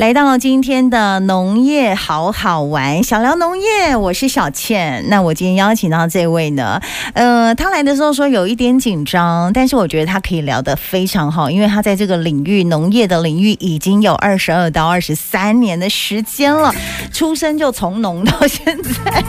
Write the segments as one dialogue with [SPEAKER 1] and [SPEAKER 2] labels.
[SPEAKER 1] 来到今天的农业好好玩，小聊农业，我是小倩。那我今天邀请到这位呢，呃，他来的时候说有一点紧张，但是我觉得他可以聊得非常好，因为他在这个领域农业的领域已经有二十二到二十三年的时间了， 出生就从农到现在。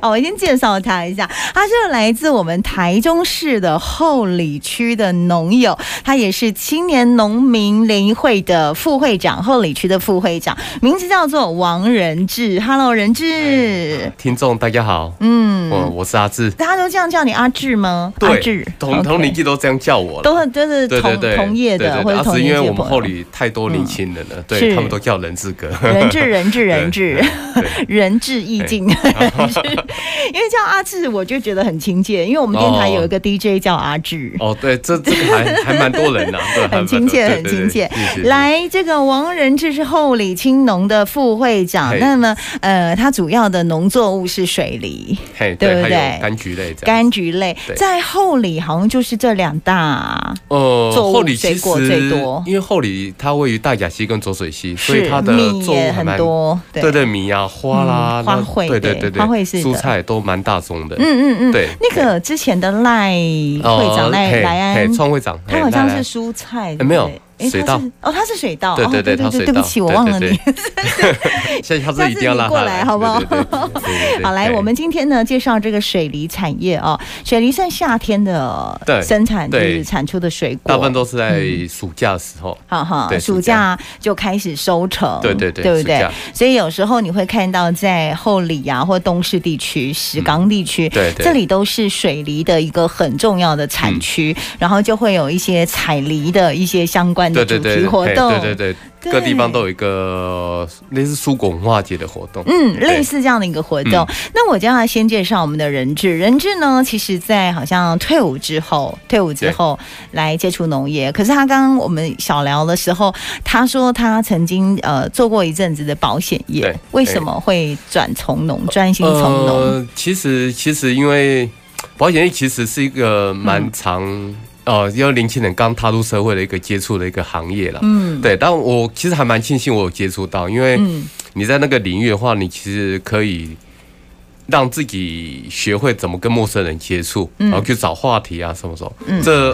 [SPEAKER 1] 哦，我先介绍他一下，他是来自我们台中市的后里区的农友，他也是青年农民联谊会的副会长，后里区的副会长，名字叫做王仁志。Hello，仁志，
[SPEAKER 2] 听众大家好，
[SPEAKER 1] 嗯，
[SPEAKER 2] 我我是阿志，
[SPEAKER 1] 大家都这样叫你阿志吗？阿志，
[SPEAKER 2] 同同
[SPEAKER 1] OK
[SPEAKER 2] 年纪都这样叫我了。
[SPEAKER 1] 都很就是
[SPEAKER 2] 对对
[SPEAKER 1] 同
[SPEAKER 2] 对，
[SPEAKER 1] 同业
[SPEAKER 2] 对
[SPEAKER 1] 的
[SPEAKER 2] 对
[SPEAKER 1] 或
[SPEAKER 2] 对
[SPEAKER 1] 者
[SPEAKER 2] 阿
[SPEAKER 1] 同
[SPEAKER 2] 志，因
[SPEAKER 1] 业
[SPEAKER 2] 为
[SPEAKER 1] 界
[SPEAKER 2] 我们
[SPEAKER 1] 朋
[SPEAKER 2] 后
[SPEAKER 1] 友。嗯
[SPEAKER 2] 里太多年轻人了，
[SPEAKER 1] 是
[SPEAKER 2] 对他们都叫人字哥。
[SPEAKER 1] 人质，人 质， 人质，
[SPEAKER 2] 对哎
[SPEAKER 1] 人质意境，人质， 因为叫阿志，我就觉得很亲切，因为我们电台
[SPEAKER 2] 哦
[SPEAKER 1] 有一个 DJ 叫阿志，
[SPEAKER 2] 哦，对，这这 个还还蛮多人呐，啊对，还蛮
[SPEAKER 1] 很
[SPEAKER 2] 多
[SPEAKER 1] 亲切，
[SPEAKER 2] 对
[SPEAKER 1] 很
[SPEAKER 2] 对对
[SPEAKER 1] 亲切
[SPEAKER 2] 是是。是
[SPEAKER 1] 来，这个王仁志是后里青农的副会长，
[SPEAKER 2] 嘿
[SPEAKER 1] 那么呃，他主要的农作物是水梨、
[SPEAKER 2] 嘿，
[SPEAKER 1] 对不
[SPEAKER 2] 对，还
[SPEAKER 1] 对
[SPEAKER 2] 有柑橘类这样。
[SPEAKER 1] 柑橘类，
[SPEAKER 2] 对
[SPEAKER 1] 在后里好像就是这两大，
[SPEAKER 2] 呃
[SPEAKER 1] 作物
[SPEAKER 2] 后里
[SPEAKER 1] 水
[SPEAKER 2] 其
[SPEAKER 1] 果最
[SPEAKER 2] 实
[SPEAKER 1] 多
[SPEAKER 2] 因为后里它位于大甲溪跟浊水溪，所
[SPEAKER 1] 是
[SPEAKER 2] 以它的
[SPEAKER 1] 米
[SPEAKER 2] 作
[SPEAKER 1] 也
[SPEAKER 2] 物还
[SPEAKER 1] 很
[SPEAKER 2] 蛮。
[SPEAKER 1] 多，
[SPEAKER 2] 对对，米啊、花啦
[SPEAKER 1] 嗯、花
[SPEAKER 2] 那
[SPEAKER 1] 卉
[SPEAKER 2] 对对
[SPEAKER 1] 对
[SPEAKER 2] 对对，
[SPEAKER 1] 花卉是的
[SPEAKER 2] 蔬菜都蛮大宗的。
[SPEAKER 1] 嗯嗯嗯，
[SPEAKER 2] 对
[SPEAKER 1] 那个之前的赖会长
[SPEAKER 2] 呃
[SPEAKER 1] 赖
[SPEAKER 2] 嘿
[SPEAKER 1] 莱安
[SPEAKER 2] 嘿，创会长，
[SPEAKER 1] 他
[SPEAKER 2] 嘿
[SPEAKER 1] 好像
[SPEAKER 2] 赖
[SPEAKER 1] 是
[SPEAKER 2] 安
[SPEAKER 1] 蔬菜，
[SPEAKER 2] 哎没有
[SPEAKER 1] 对不对哎
[SPEAKER 2] 水
[SPEAKER 1] 他
[SPEAKER 2] 稻
[SPEAKER 1] 是哦，他是水稻，
[SPEAKER 2] 对对
[SPEAKER 1] 哦
[SPEAKER 2] 对，他水
[SPEAKER 1] 对不
[SPEAKER 2] 稻
[SPEAKER 1] 起，我忘了你。。
[SPEAKER 2] 对 对下下次一定要
[SPEAKER 1] 下次你
[SPEAKER 2] 拉
[SPEAKER 1] 过
[SPEAKER 2] 他
[SPEAKER 1] 来好不好
[SPEAKER 2] 对对对对对对
[SPEAKER 1] 好，来，
[SPEAKER 2] 对
[SPEAKER 1] 我们今天呢介绍这个水梨产业哦，水梨算夏天的
[SPEAKER 2] 对
[SPEAKER 1] 生产，就
[SPEAKER 2] 对
[SPEAKER 1] 是产出的水果，
[SPEAKER 2] 大部分都是在
[SPEAKER 1] 嗯
[SPEAKER 2] 暑假的时候。
[SPEAKER 1] 哈哈，
[SPEAKER 2] 对
[SPEAKER 1] 暑
[SPEAKER 2] 暑假
[SPEAKER 1] 假就开始收成，
[SPEAKER 2] 对对对
[SPEAKER 1] 对不对
[SPEAKER 2] 暑假？
[SPEAKER 1] 所以有时候你会看到在后里啊，或东市地区、石冈地区，
[SPEAKER 2] 嗯对对
[SPEAKER 1] 这里都是水梨的一个很重要的产区，
[SPEAKER 2] 嗯
[SPEAKER 1] 然后就会有一些采梨的一些相关的
[SPEAKER 2] 对
[SPEAKER 1] 主
[SPEAKER 2] 对
[SPEAKER 1] 题
[SPEAKER 2] 对，
[SPEAKER 1] 活
[SPEAKER 2] 嘿
[SPEAKER 1] 动，
[SPEAKER 2] 对对对，
[SPEAKER 1] 对
[SPEAKER 2] 各地方都有一个类似蔬果文化节的活动。
[SPEAKER 1] 嗯，
[SPEAKER 2] 对嗯
[SPEAKER 1] 类似这样的一个活动。那我就要先介绍我们的人质。人质呢，其实在好像退伍之后，退伍之后来接触农业。可是他刚刚我们小聊的时候，他说他曾经呃做过一阵子的保险业
[SPEAKER 2] 对，
[SPEAKER 1] 为什么会转从农，专心从农？
[SPEAKER 2] 呃，其实其实因为保险业其实是一
[SPEAKER 1] 嗯
[SPEAKER 2] 个蛮长、呃，因为年轻人刚踏入社会的一个接触的一个行业啦。
[SPEAKER 1] 嗯
[SPEAKER 2] 对，但我其实还蛮庆幸我有接触到，因为
[SPEAKER 1] 嗯，
[SPEAKER 2] 你在那个领域的话，你其实可以让自己学会怎么跟陌生人接触，
[SPEAKER 1] 嗯
[SPEAKER 2] 然后去找话题啊什么什么。
[SPEAKER 1] 嗯
[SPEAKER 2] 这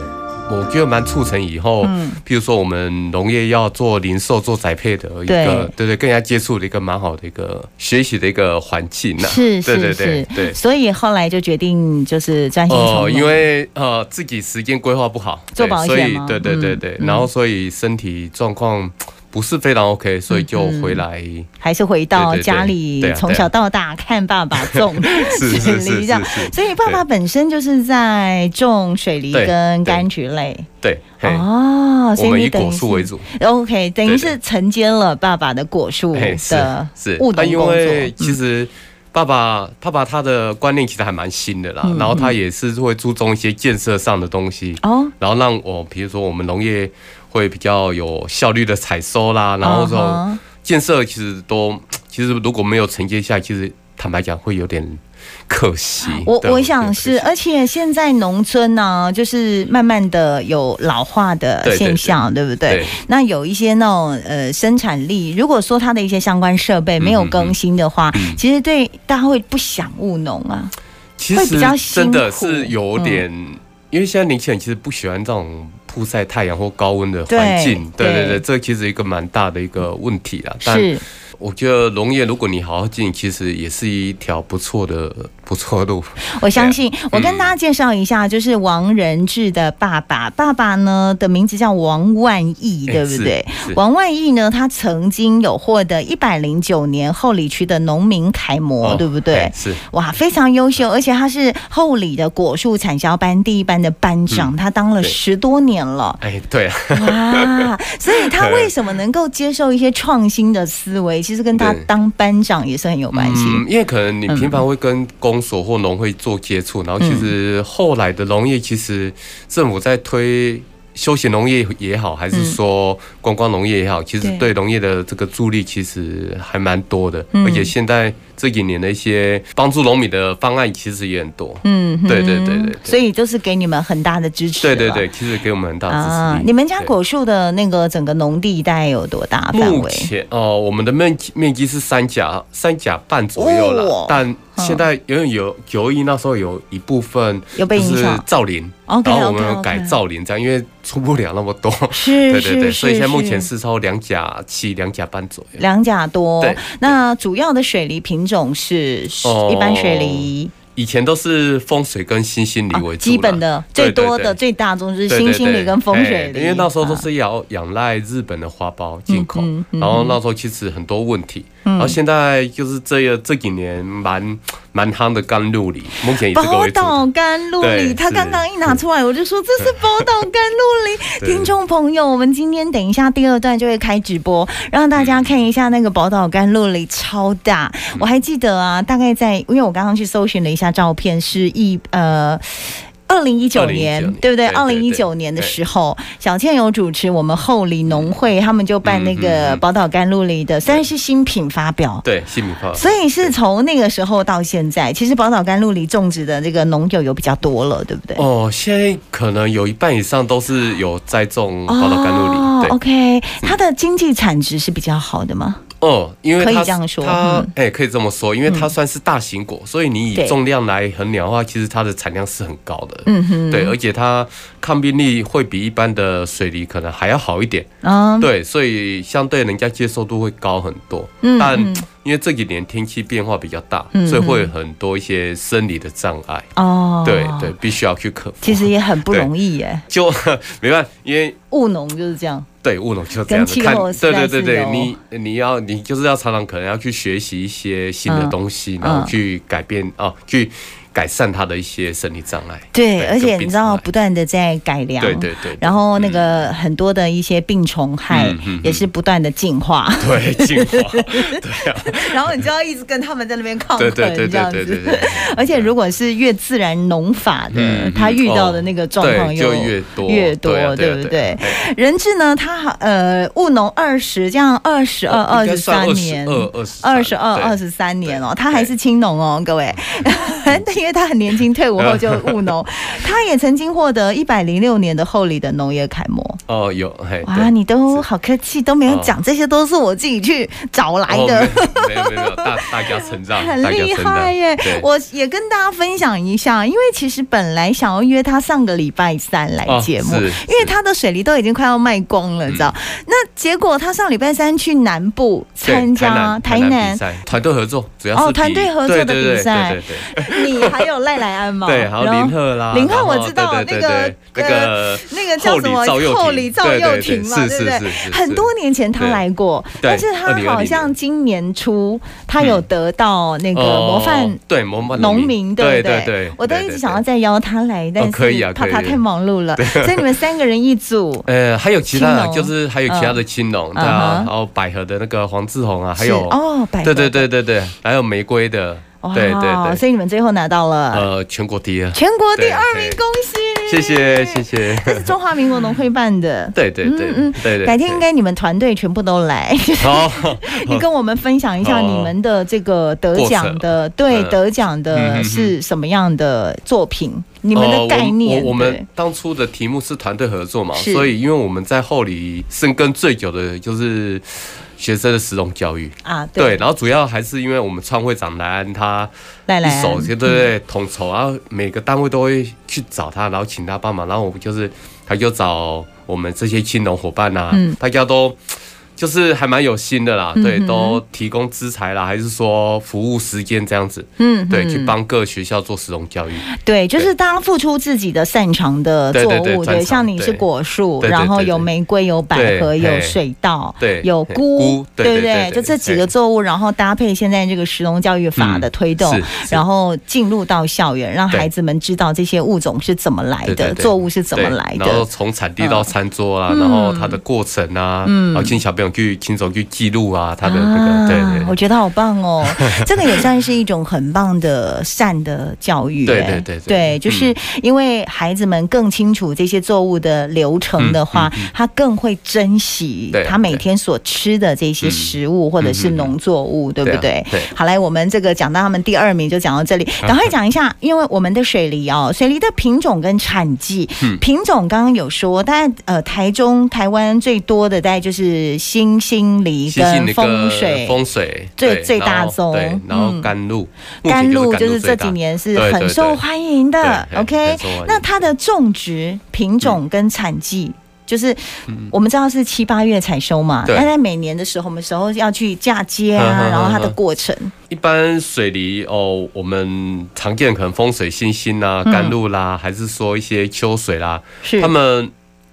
[SPEAKER 2] 我觉得蛮促成以后，
[SPEAKER 1] 嗯
[SPEAKER 2] 譬如说我们农业要做零售、做宅配的一个，对对，更加接触的一个蛮好的一个学习的一个环境呐、
[SPEAKER 1] 是
[SPEAKER 2] 呃对
[SPEAKER 1] 是
[SPEAKER 2] 对对
[SPEAKER 1] 是，
[SPEAKER 2] 对。
[SPEAKER 1] 所以后来就决定就是专心从
[SPEAKER 2] 哦，
[SPEAKER 1] 农，
[SPEAKER 2] 因为呃自己时间规划不好，
[SPEAKER 1] 做
[SPEAKER 2] 对
[SPEAKER 1] 保
[SPEAKER 2] 所
[SPEAKER 1] 险
[SPEAKER 2] 以
[SPEAKER 1] 吗
[SPEAKER 2] 对对对
[SPEAKER 1] 嗯
[SPEAKER 2] 对，
[SPEAKER 1] 嗯
[SPEAKER 2] 然后所以身体状况不是非常 OK，所以就
[SPEAKER 1] 嗯嗯
[SPEAKER 2] 回来。
[SPEAKER 1] 还是回到
[SPEAKER 2] 对对对
[SPEAKER 1] 家里
[SPEAKER 2] 对啊对，啊
[SPEAKER 1] 从小到大看爸爸种
[SPEAKER 2] 是
[SPEAKER 1] 水
[SPEAKER 2] 是是
[SPEAKER 1] 梨
[SPEAKER 2] 是
[SPEAKER 1] 这样。
[SPEAKER 2] 是
[SPEAKER 1] 所以爸爸本身就是在种水梨
[SPEAKER 2] 对
[SPEAKER 1] 跟
[SPEAKER 2] 对
[SPEAKER 1] 柑橘类
[SPEAKER 2] 对，嘿
[SPEAKER 1] 哦，
[SPEAKER 2] 我
[SPEAKER 1] 所
[SPEAKER 2] 们
[SPEAKER 1] 以你
[SPEAKER 2] 以
[SPEAKER 1] 等于
[SPEAKER 2] 果树为
[SPEAKER 1] 是
[SPEAKER 2] 主，
[SPEAKER 1] ，OK，等于
[SPEAKER 2] 对对
[SPEAKER 1] 是承接了爸爸的果树
[SPEAKER 2] 嘿，是
[SPEAKER 1] 的
[SPEAKER 2] 是啊
[SPEAKER 1] 务，农
[SPEAKER 2] 因
[SPEAKER 1] 工
[SPEAKER 2] 为
[SPEAKER 1] 作。嗯
[SPEAKER 2] 其实爸爸爸爸他的观念其实还蛮新的啦，
[SPEAKER 1] 嗯
[SPEAKER 2] 然后他也是会注重一些建设上的东西，
[SPEAKER 1] 哦，
[SPEAKER 2] 然后让我比如说我们农业会比较有效率的采收啦，然后这种
[SPEAKER 1] 嗯哼
[SPEAKER 2] 建设其实都其实如果没有承接下来，其实坦白讲会有点可惜。
[SPEAKER 1] 我
[SPEAKER 2] 对
[SPEAKER 1] 我想
[SPEAKER 2] 觉
[SPEAKER 1] 是，呃
[SPEAKER 2] 得可惜
[SPEAKER 1] 而且现在农村呢、就是慢慢的有老化的
[SPEAKER 2] 对对
[SPEAKER 1] 现
[SPEAKER 2] 对
[SPEAKER 1] 象，对不对？
[SPEAKER 2] 对
[SPEAKER 1] 那有一些那种呃生产力，如果说它的一些相关设备没有
[SPEAKER 2] 嗯嗯嗯
[SPEAKER 1] 更新的 话，
[SPEAKER 2] 嗯
[SPEAKER 1] 其实对大家会不想务农啊。
[SPEAKER 2] 其
[SPEAKER 1] 会比
[SPEAKER 2] 实
[SPEAKER 1] 较辛
[SPEAKER 2] 真的
[SPEAKER 1] 苦嗯
[SPEAKER 2] 是有点，因为现在年轻人其实不喜欢这种曝晒太阳或高温的环境。
[SPEAKER 1] 对
[SPEAKER 2] 对对
[SPEAKER 1] 对
[SPEAKER 2] 对，这其实一个蛮大的一个问题啦。但
[SPEAKER 1] 是，
[SPEAKER 2] 我觉得农业如果你好好经营，其实也是一条不错的不错的路。
[SPEAKER 1] 我相信，我跟
[SPEAKER 2] 嗯
[SPEAKER 1] 大家介绍一下，就是王仁志的爸爸，爸爸呢的名字叫王万义，对不
[SPEAKER 2] 是
[SPEAKER 1] 对？
[SPEAKER 2] 哎是
[SPEAKER 1] 王万义呢，他曾经有获得一百零九年后里区的农民楷模，
[SPEAKER 2] 哦
[SPEAKER 1] 对不对
[SPEAKER 2] 哎？是
[SPEAKER 1] 哇，非常优秀，而且他是后里的果树产销班第一班的班长，他当了
[SPEAKER 2] 嗯对，
[SPEAKER 1] 十多年了
[SPEAKER 2] 哎，对啊，
[SPEAKER 1] 哇！所以他为什么能够接受一些创新的思维，其实跟他
[SPEAKER 2] 对
[SPEAKER 1] 当班长也是很有关系。
[SPEAKER 2] 嗯，因为可能你平常会跟公所或农会做接触，然后其实
[SPEAKER 1] 嗯
[SPEAKER 2] 后来的农业，其实政府在推。休闲农业也好，还是
[SPEAKER 1] 嗯
[SPEAKER 2] 说观光农业也好，其实
[SPEAKER 1] 对
[SPEAKER 2] 对农业的这个助力其实还蛮多的，
[SPEAKER 1] 嗯
[SPEAKER 2] 而且现在这几年的一些帮助农民的方案，其实也很多。
[SPEAKER 1] 嗯，
[SPEAKER 2] 对对对对对
[SPEAKER 1] 所以就是给你们很大的支持。
[SPEAKER 2] 对对对，。其实给我们很大的支持力
[SPEAKER 1] 啊，你们家
[SPEAKER 2] 对
[SPEAKER 1] 果树的那个整个农地大概有多大范
[SPEAKER 2] 目
[SPEAKER 1] 围？
[SPEAKER 2] 前哦，我们的面积面积是三甲三甲半左右了，
[SPEAKER 1] 哦
[SPEAKER 2] 但现在因为有九一那时候有一部分
[SPEAKER 1] 有被
[SPEAKER 2] 就
[SPEAKER 1] 影
[SPEAKER 2] 是
[SPEAKER 1] 响
[SPEAKER 2] 造林，
[SPEAKER 1] OK，
[SPEAKER 2] 然后我
[SPEAKER 1] OK，OK
[SPEAKER 2] 们改造林这样，因为出不了那么多。
[SPEAKER 1] 是
[SPEAKER 2] 对
[SPEAKER 1] 是
[SPEAKER 2] 对对，
[SPEAKER 1] 是
[SPEAKER 2] 所以现在目前
[SPEAKER 1] 是
[SPEAKER 2] 是超两甲七、两甲半左右。
[SPEAKER 1] 两甲多
[SPEAKER 2] 对。
[SPEAKER 1] 那主要的水梨品种是
[SPEAKER 2] 哦
[SPEAKER 1] 一般水梨，
[SPEAKER 2] 以前都是风水跟新心梨
[SPEAKER 1] 啊
[SPEAKER 2] 为主啦、
[SPEAKER 1] 基本的
[SPEAKER 2] 对
[SPEAKER 1] 最多的
[SPEAKER 2] 对对
[SPEAKER 1] 最大宗就是
[SPEAKER 2] 对
[SPEAKER 1] 新
[SPEAKER 2] 对
[SPEAKER 1] 兴梨
[SPEAKER 2] 对
[SPEAKER 1] 跟风
[SPEAKER 2] 哎
[SPEAKER 1] 水梨，
[SPEAKER 2] 因为那时候都
[SPEAKER 1] 啊
[SPEAKER 2] 是要仰赖日本的花苞进口，
[SPEAKER 1] 嗯嗯嗯嗯
[SPEAKER 2] 然后那时候其实很多问题，然后现在就是这个这几年蛮蛮夯的甘露梨，目前以这个
[SPEAKER 1] 宝
[SPEAKER 2] 为主的。
[SPEAKER 1] 岛甘露梨，
[SPEAKER 2] 对
[SPEAKER 1] 他
[SPEAKER 2] 是
[SPEAKER 1] 刚刚一拿出来，我就说这是宝岛甘 露梨。
[SPEAKER 2] 对
[SPEAKER 1] 听众朋友，我们今天等一下第二段就会开直播，让大家看一下那个宝岛甘露梨超大。我还记得啊，大概在因为我刚刚去搜寻了一下照片，是一呃。二零一九年，
[SPEAKER 2] 2019
[SPEAKER 1] 对不对？
[SPEAKER 2] 对
[SPEAKER 1] 二
[SPEAKER 2] 对
[SPEAKER 1] 零一九
[SPEAKER 2] 对
[SPEAKER 1] 年的
[SPEAKER 2] 对
[SPEAKER 1] 时候，小倩有主持我们后里农会，他们就办那
[SPEAKER 2] 嗯嗯
[SPEAKER 1] 个
[SPEAKER 2] 嗯
[SPEAKER 1] 宝岛甘露梨的，虽然是新品发表，
[SPEAKER 2] 对，新米泡。
[SPEAKER 1] 所以是从那个时候到现在，其实宝岛甘露梨种植的这个农友有比较多了，对不对？
[SPEAKER 2] 哦，现在可能有一半以上都是有栽种
[SPEAKER 1] 哦
[SPEAKER 2] 宝岛甘露梨。对，
[SPEAKER 1] o k 它的经济产值是比较好的吗？
[SPEAKER 2] 哦，因为
[SPEAKER 1] 可以
[SPEAKER 2] 它
[SPEAKER 1] 这样说
[SPEAKER 2] 它
[SPEAKER 1] 嗯
[SPEAKER 2] 哎、可以这么说，因为它算是大型果，所以你
[SPEAKER 1] 对
[SPEAKER 2] 以重量来衡量的话，其实它的产量是很高的。
[SPEAKER 1] 嗯哼，
[SPEAKER 2] 对，而且它抗病力会比一般的水梨可能还要好一点，
[SPEAKER 1] 嗯，
[SPEAKER 2] 对，所以相对人家接受度会高很多。
[SPEAKER 1] 嗯
[SPEAKER 2] 但
[SPEAKER 1] 嗯
[SPEAKER 2] 因为这几年天气变化比较大
[SPEAKER 1] 嗯，
[SPEAKER 2] 所以会有很多一些生理的障碍，
[SPEAKER 1] 哦，
[SPEAKER 2] 对对，，必须要去克服。
[SPEAKER 1] 其实也很不容易耶，
[SPEAKER 2] 就 没办法，因为
[SPEAKER 1] 务农就是这样，
[SPEAKER 2] 对，务农就是这样
[SPEAKER 1] 跟
[SPEAKER 2] 子
[SPEAKER 1] 气
[SPEAKER 2] 看
[SPEAKER 1] 候，
[SPEAKER 2] 对
[SPEAKER 1] 实在是
[SPEAKER 2] 对对对
[SPEAKER 1] 有，
[SPEAKER 2] 你你要你就是要常常可能要去学习一些新的
[SPEAKER 1] 嗯
[SPEAKER 2] 东西，
[SPEAKER 1] 嗯
[SPEAKER 2] 然后去改变哦，去改善它的一些生理障碍。
[SPEAKER 1] 对，而且
[SPEAKER 2] 跟
[SPEAKER 1] 你
[SPEAKER 2] 病
[SPEAKER 1] 知道
[SPEAKER 2] 障碍
[SPEAKER 1] 不断的在改良，
[SPEAKER 2] 对对对，
[SPEAKER 1] 然后那个很多的一些病虫害
[SPEAKER 2] 嗯嗯嗯
[SPEAKER 1] 也是不断的进化，
[SPEAKER 2] 对进化，对啊，
[SPEAKER 1] 然后你就要一直跟他们在那边抗衡，
[SPEAKER 2] 对对对对
[SPEAKER 1] 这样
[SPEAKER 2] 对
[SPEAKER 1] 子
[SPEAKER 2] 对对对，
[SPEAKER 1] 而且如果是越自然农法的，
[SPEAKER 2] 嗯哦
[SPEAKER 1] 他遇到的那个状况
[SPEAKER 2] 对
[SPEAKER 1] 又
[SPEAKER 2] 就越多
[SPEAKER 1] 越多，
[SPEAKER 2] 对啊对啊
[SPEAKER 1] 对不
[SPEAKER 2] 对
[SPEAKER 1] 对
[SPEAKER 2] 啊？
[SPEAKER 1] 人质呢，他呃务农二十，这样二十二、
[SPEAKER 2] 哦
[SPEAKER 1] 二
[SPEAKER 2] 应
[SPEAKER 1] 十
[SPEAKER 2] 该算
[SPEAKER 1] 三年。
[SPEAKER 2] 22
[SPEAKER 1] 二十二、二
[SPEAKER 2] 23
[SPEAKER 1] 十三年哦，他还是青农哦，各 位，但因为他很年轻，退伍后就务农。他也曾经获得一百零六年的厚礼的农业楷模。
[SPEAKER 2] 哦有嘿，
[SPEAKER 1] 哇，
[SPEAKER 2] 对
[SPEAKER 1] 你都好客气，都没有
[SPEAKER 2] 哦
[SPEAKER 1] 讲，这些都是我自己去找来的。
[SPEAKER 2] 哦没有没有没有，大大家成长，
[SPEAKER 1] 很
[SPEAKER 2] 啊大家
[SPEAKER 1] 厉
[SPEAKER 2] 成长
[SPEAKER 1] 害耶
[SPEAKER 2] 对！
[SPEAKER 1] 我也跟大家分享一下，因为其实本来想要约他上个礼拜三来
[SPEAKER 2] 哦
[SPEAKER 1] 节目，
[SPEAKER 2] 是嗯
[SPEAKER 1] 因为
[SPEAKER 2] 是
[SPEAKER 1] 他的水梨都已经快要卖光了，你知道？那结果他上礼拜三去南部
[SPEAKER 2] 对
[SPEAKER 1] 参加
[SPEAKER 2] 台南比赛团队合作，主要是
[SPEAKER 1] 哦团
[SPEAKER 2] 比
[SPEAKER 1] 队合作的
[SPEAKER 2] 对对对
[SPEAKER 1] 比赛
[SPEAKER 2] 对对对。
[SPEAKER 1] 你还有赖莱安嘛？
[SPEAKER 2] 对，还有
[SPEAKER 1] 然后
[SPEAKER 2] 林鹤啦，
[SPEAKER 1] 林鹤
[SPEAKER 2] 然后
[SPEAKER 1] 我知道
[SPEAKER 2] 对对对对
[SPEAKER 1] 那个
[SPEAKER 2] 那个
[SPEAKER 1] 那个叫什么
[SPEAKER 2] 后里赵又廷
[SPEAKER 1] 后里赵又廷嘛，
[SPEAKER 2] 对对对
[SPEAKER 1] 对不对
[SPEAKER 2] 是是是是？
[SPEAKER 1] 很多年前他来过，
[SPEAKER 2] 对
[SPEAKER 1] 但是他
[SPEAKER 2] 2020
[SPEAKER 1] 好像今年初他有得到那个模范
[SPEAKER 2] 嗯哦对模范
[SPEAKER 1] 农民，对
[SPEAKER 2] 对
[SPEAKER 1] 不对？
[SPEAKER 2] 对，
[SPEAKER 1] 我都
[SPEAKER 2] 对
[SPEAKER 1] 一直
[SPEAKER 2] 对
[SPEAKER 1] 想要
[SPEAKER 2] 对
[SPEAKER 1] 再邀他来，但
[SPEAKER 2] 可以
[SPEAKER 1] 是
[SPEAKER 2] 啊
[SPEAKER 1] 怕
[SPEAKER 2] 可以
[SPEAKER 1] 他太忙碌了，所以你们三个人一组。
[SPEAKER 2] 呃，还有其他
[SPEAKER 1] 青
[SPEAKER 2] 的，
[SPEAKER 1] 龙
[SPEAKER 2] 就是还有其他的青龙，
[SPEAKER 1] 嗯
[SPEAKER 2] 对啊，
[SPEAKER 1] 嗯哼
[SPEAKER 2] 然后百合的那个黄志宏 啊，还
[SPEAKER 1] 是
[SPEAKER 2] 有，
[SPEAKER 1] 哦，百合
[SPEAKER 2] 对对，对对对，还有玫瑰的，
[SPEAKER 1] 哇
[SPEAKER 2] 对对对，
[SPEAKER 1] 所以你们最后拿到了
[SPEAKER 2] 呃，全国第一啊，
[SPEAKER 1] 全国第
[SPEAKER 2] 对
[SPEAKER 1] 二名，
[SPEAKER 2] 对
[SPEAKER 1] 恭喜！
[SPEAKER 2] 谢谢谢谢， 。
[SPEAKER 1] 这是中华民国农会办的
[SPEAKER 2] 对对对
[SPEAKER 1] 嗯嗯
[SPEAKER 2] 对对，
[SPEAKER 1] 改天应该你们团队全部都 来，
[SPEAKER 2] 好，
[SPEAKER 1] 你跟我们分享一下
[SPEAKER 2] 哦
[SPEAKER 1] 你们的这个得奖的，对
[SPEAKER 2] 嗯
[SPEAKER 1] 得奖
[SPEAKER 2] 嗯
[SPEAKER 1] 的
[SPEAKER 2] 嗯嗯
[SPEAKER 1] 是什么样的作品？你们
[SPEAKER 2] 呃
[SPEAKER 1] 的
[SPEAKER 2] 我
[SPEAKER 1] 概念？
[SPEAKER 2] 我我
[SPEAKER 1] 对
[SPEAKER 2] 们当初的题目是团队合作嘛，
[SPEAKER 1] 是
[SPEAKER 2] 所以因为我们在后里深耕最久的就是学生的实农教育，
[SPEAKER 1] 啊，
[SPEAKER 2] 对，
[SPEAKER 1] 对，
[SPEAKER 2] 然后主要还是因为我们创会长莱安他
[SPEAKER 1] 来
[SPEAKER 2] 一
[SPEAKER 1] 来，啊
[SPEAKER 2] 手就对对统筹，然后每个单位都会去找他，然后请他帮忙，然后我们就是他就找我们这些青农伙伴呐、
[SPEAKER 1] 嗯
[SPEAKER 2] 大家都。就是还蛮有心的啦，对，都提供资材啦，还是说服务时间这样子，
[SPEAKER 1] 嗯，哎
[SPEAKER 2] 对，
[SPEAKER 1] 嗯
[SPEAKER 2] 去帮各学校做实农教育。
[SPEAKER 1] 对，就是大家付出自己的擅长的作物，
[SPEAKER 2] 对对对擅长
[SPEAKER 1] 像你是
[SPEAKER 2] 对
[SPEAKER 1] 果树，
[SPEAKER 2] 对对对
[SPEAKER 1] 然后有
[SPEAKER 2] 对对
[SPEAKER 1] 玫瑰，有百合，
[SPEAKER 2] 对
[SPEAKER 1] 有
[SPEAKER 2] 嘿
[SPEAKER 1] 水稻，
[SPEAKER 2] 对
[SPEAKER 1] 有
[SPEAKER 2] 嘿
[SPEAKER 1] 菇
[SPEAKER 2] 菇，对
[SPEAKER 1] 不
[SPEAKER 2] 对对
[SPEAKER 1] 对？
[SPEAKER 2] 对
[SPEAKER 1] 就这几个
[SPEAKER 2] 嘿
[SPEAKER 1] 作物，然后搭配现在这个食农教育法的推动
[SPEAKER 2] 嗯是，是
[SPEAKER 1] 然后进入到校园，让
[SPEAKER 2] 对
[SPEAKER 1] 孩子们知道这些物种是怎么来
[SPEAKER 2] 对
[SPEAKER 1] 的，嗯
[SPEAKER 2] 对对
[SPEAKER 1] 作物是怎么
[SPEAKER 2] 对
[SPEAKER 1] 来
[SPEAKER 2] 然后
[SPEAKER 1] 的。嗯
[SPEAKER 2] 从产地到餐桌啊，然后它的过程啊，然后请小朋友去亲手去记录啊，它的那个对对
[SPEAKER 1] 我
[SPEAKER 2] 对
[SPEAKER 1] 觉得好棒 哦，这个也算是一种很棒的善的教育。
[SPEAKER 2] 对
[SPEAKER 1] 哎
[SPEAKER 2] 对嗯对对
[SPEAKER 1] 对，就是因为孩子们更清楚这些作物的流程的话，他更会珍惜
[SPEAKER 2] 嗯对嗯
[SPEAKER 1] 他每天所吃的这些食物或者是农作物，对不对
[SPEAKER 2] 啊？对
[SPEAKER 1] 好来，我们这个讲到他们第二名就讲到这里，赶快讲一下，因为我们的水梨哦，水梨的品种跟产季，
[SPEAKER 2] 嗯
[SPEAKER 1] 品种刚刚有说，但呃，台中台湾最多的大概就是新兴梨
[SPEAKER 2] 谢谢那
[SPEAKER 1] 跟风
[SPEAKER 2] 个
[SPEAKER 1] 水。
[SPEAKER 2] 风水
[SPEAKER 1] 最
[SPEAKER 2] 对
[SPEAKER 1] 最大
[SPEAKER 2] 然后
[SPEAKER 1] 宗
[SPEAKER 2] 对，然后
[SPEAKER 1] 嗯
[SPEAKER 2] 甘露，目前
[SPEAKER 1] 甘
[SPEAKER 2] 就是
[SPEAKER 1] 露
[SPEAKER 2] 甘
[SPEAKER 1] 就是这
[SPEAKER 2] 最大
[SPEAKER 1] 几年是
[SPEAKER 2] 对对
[SPEAKER 1] 很
[SPEAKER 2] 对
[SPEAKER 1] 受欢迎的
[SPEAKER 2] 对对
[SPEAKER 1] ，OK
[SPEAKER 2] 很受欢迎。
[SPEAKER 1] 那它的种植品种跟产季，就是我们知道是七八月采收嘛，
[SPEAKER 2] 嗯对
[SPEAKER 1] 那在每年的时候，我们时候要去嫁接
[SPEAKER 2] 嗯
[SPEAKER 1] 啊，
[SPEAKER 2] 哼
[SPEAKER 1] 然后它的
[SPEAKER 2] 嗯哼
[SPEAKER 1] 过程，
[SPEAKER 2] 一般水梨哦，我们常见可能风水星星啦、
[SPEAKER 1] 嗯
[SPEAKER 2] 甘露啦，还是说一些秋水啦，
[SPEAKER 1] 是
[SPEAKER 2] 他们